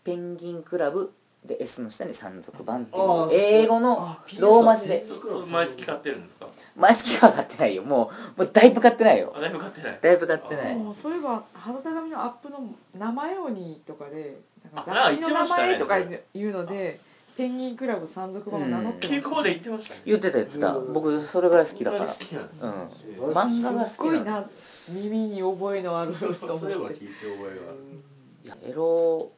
ペンギンクラブで S の下に山賊版っていうあー英語のあ PS ローマ字でそそれ毎月買ってるんですか毎月は買ってないよもうもうだいぶ買ってないよあだいぶ買ってないだいぶ買ってないもうそういえば肌た紙のアップの名前をにとかでなんかあ雑誌の名前言ってとまかしたね言うのでペンギンクラブ山賊版を名乗って傾ま向で言ってましたね言ってた言ってた僕それぐらい好きだからそんなに好きなんですねうん漫画がすすっ好ごきいなのな耳に覚えのあるとそうそういえ思ばっ聞いてて覚えがあるいやエロ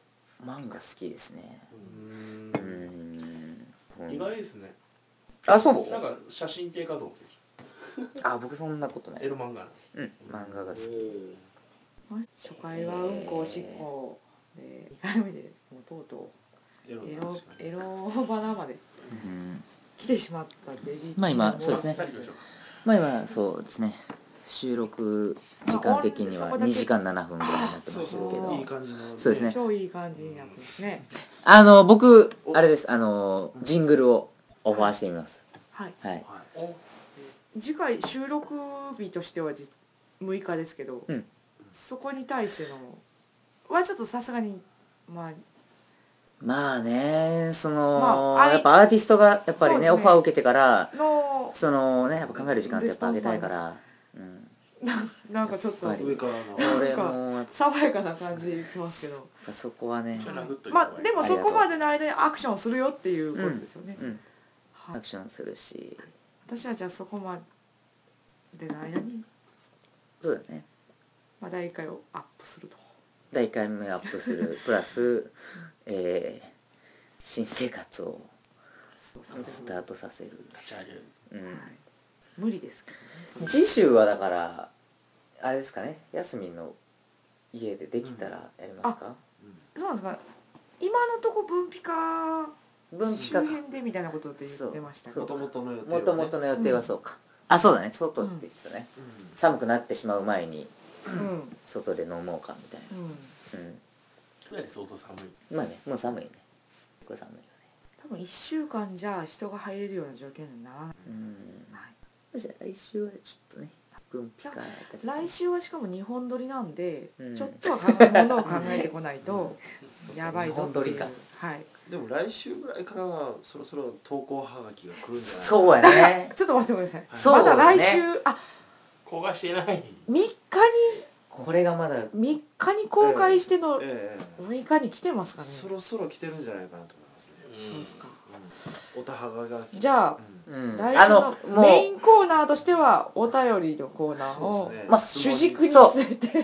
漫画好きですねうんうーんうん意外ですねあそうなんか写真系かと思ってあ僕そんなことなエいロ漫画うん漫画が好きうん初回はうんこおしっこで2回目でもうとうとエロうエなんロですねエロバナまでうん来てしまったベビーまあ今そうですねあっさりでしょまあ今そうですね収録時間的には2時間7分ぐらいになってますけそうそういどい感じのそうですね超いい感じになってますね。あの僕あれですあのジングルをオファーしてみますはい。はい次回収録日としてはじ6日ですけど、うんそこに対してのはちょっとさすがにまあまあねその、まああいやっぱアーティストがやっぱりそうねですねオファーを受けてからのそのねやっぱ考える時間ってやっぱあげたいから、うん、なんかちょっとやっぱり上からの俺もやっ爽やかな感じしますけど。ぱそこはねじゃあ殴っといたま方がいいあでもそこまでの間にアクションをするよっていうことですよね、うんはアいク、ションするし私はじゃあそこまでの間に、そうだねまあ、第1回をアップすると第1回目アップするプラス、えー新生活をそうさスせタるートさせる、立ち上げるうん、無理ですけどねそれ次週はだからあれですかね休みの家でできたらやりますか、そうなんですか今のとこ分泌化分岐周か辺でみたいなことって言ってましたけそうど元々の予定もともとの予定はそうか、あそうだね外って言ってたね、寒くなってしまう前にうんうん外で飲もうかみたいな、うかなり相当寒いん、まあねもう寒いねこれ寒いよね多分1週間じゃ人が入れるような状況にはならない、うんはいじゃあ来週はちょっとね分岐か来週はしかも2本撮りなんで、うんちょっとは考えものを考えてこないと、 やばいぞってい二本撮りうかはいでも来週ぐらいからはそろそろ投稿はがきが来るんじゃないそうやねちょっと待ってください。そうまねだ来週、あ、公開してない3日に、これがまだ3日に公開しての、えええ6日に来てますえかね。そそろそろ来てるんじゃないかなと思いますね、うですか。うん、おたはがが来じゃあ、ううん来あ週ののメイもンコーナーとしては、お便りのコーナーそを、うですねまあ質問主軸につそう いて、う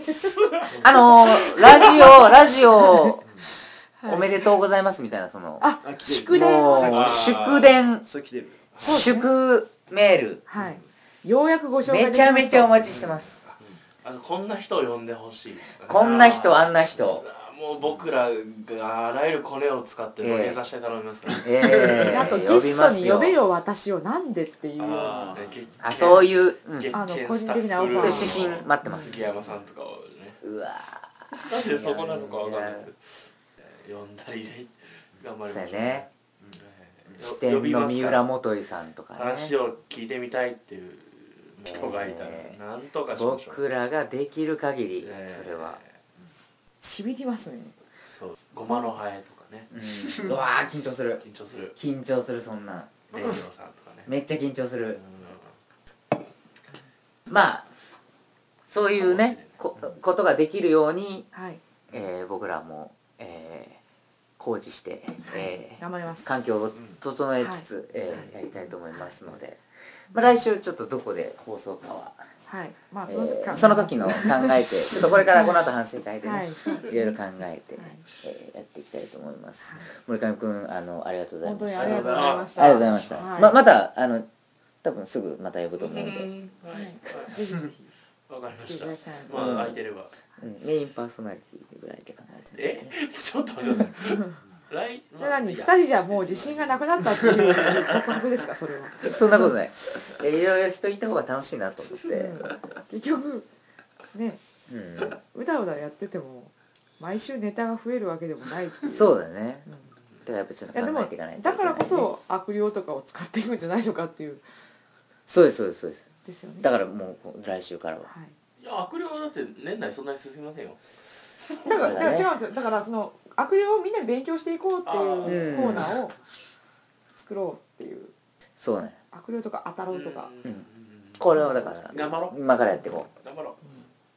あのーラジオラジオはいおめでとうございますみたいなそのあ、あ来て宿る題を、もうあー祝電それ来てるよそうですね祝メールはい。ようやくご紹介めできちゃめちゃおま待ちしてますあのこんな人を呼んでほしいこんな人あんな人もう僕らがあらゆるコネを使って土下座して頼み ますから、えしえ た。あと、ゲストに呼べよ、私を、なんでっていうような。あそういういう、うん、そういげうあのげん個人的なオファースタッフ指針待ってます杉山さんとかをねうわなんでそこなのかわかんないです呼んだりで頑張りましょそうやねうん視点の三浦呼びます元井さんとかからね話を聞いてみたいっていう人がいたらねえなんとかしましょう僕らができる限りねえそれは、ちびりますね。そうごまのハエとかねうん、うわー緊張する緊張する緊張するそんなんレイジオさんとかねめっちゃ緊張すうるんまあそういうそうですねねこことができるように、はい。えー僕らも、えー工事して、えー頑張ります。環境を整えつつ、えーやりたいと思いますので、まあ、来週ちょっとどこで放送かは、はい。まあ、えその時ーかその時の考え てちょっとこれからこの後反省会でね、はい、そうですいろいろね。考えて、えーやっていきたいと思います。森上くんあのありがとうござい本当まにした。ありがとうございました。ありがとうございました。はいままたあの多分すぐまた呼ぶと思うんで、うんはいぜひぜひわかりま来ていしただきたいなとまあ空いてれば メインパーソナリティぐらいで考えてね。えちょっと待ってください来それなに二人じゃもう自信がなくなったっていう告白ですかそれはそんなことない。えいろいろ人いた方が楽しいなと思って、結局ねううだうだやってても毎週ネタが増えるわけでもないっていん、うそうだね。うん、いだからやっぱちょっとやで考もえていかないといけない、だからこ。そ悪霊とかを使っていくんじゃないのかっていうそうですそうですそうです。ですよねだかからもう来週からは。はいいや悪霊はだって年内そんなに進みませんよだからだからそうだね違うんですよだからその悪霊をみんなで勉強していこうっていうコーナーを作ろうっていうそうね。悪霊とか当たろうとかうんうんこれはだから頑張ろう今からやっていこう。頑張ろ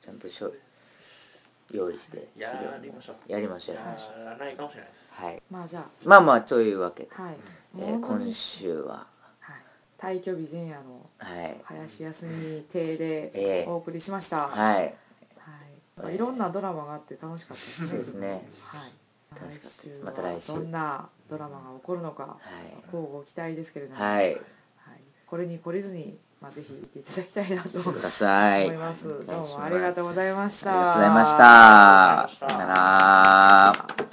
ちゃんとしょ用意してうやりましょうやりましょうや。らないかもしれないですはい。まあじゃまあまあというわけで、あはい、えもう本ー当今に週ははい、退去日前夜のはい林休み亭ええでお送りしました、はいはいまあいろんなドラマがあって楽しかったですそねうですねはい楽しかったです来週はまた来週どんなドラマが起こるのかは乞うご期待ですけれども、いはいはいこれに懲りずに、まあ、ぜひ見ていただきたいなと思くださいいます、お願どうしすもありがとうございましありたがあとうございましたりがとうございましたさよならした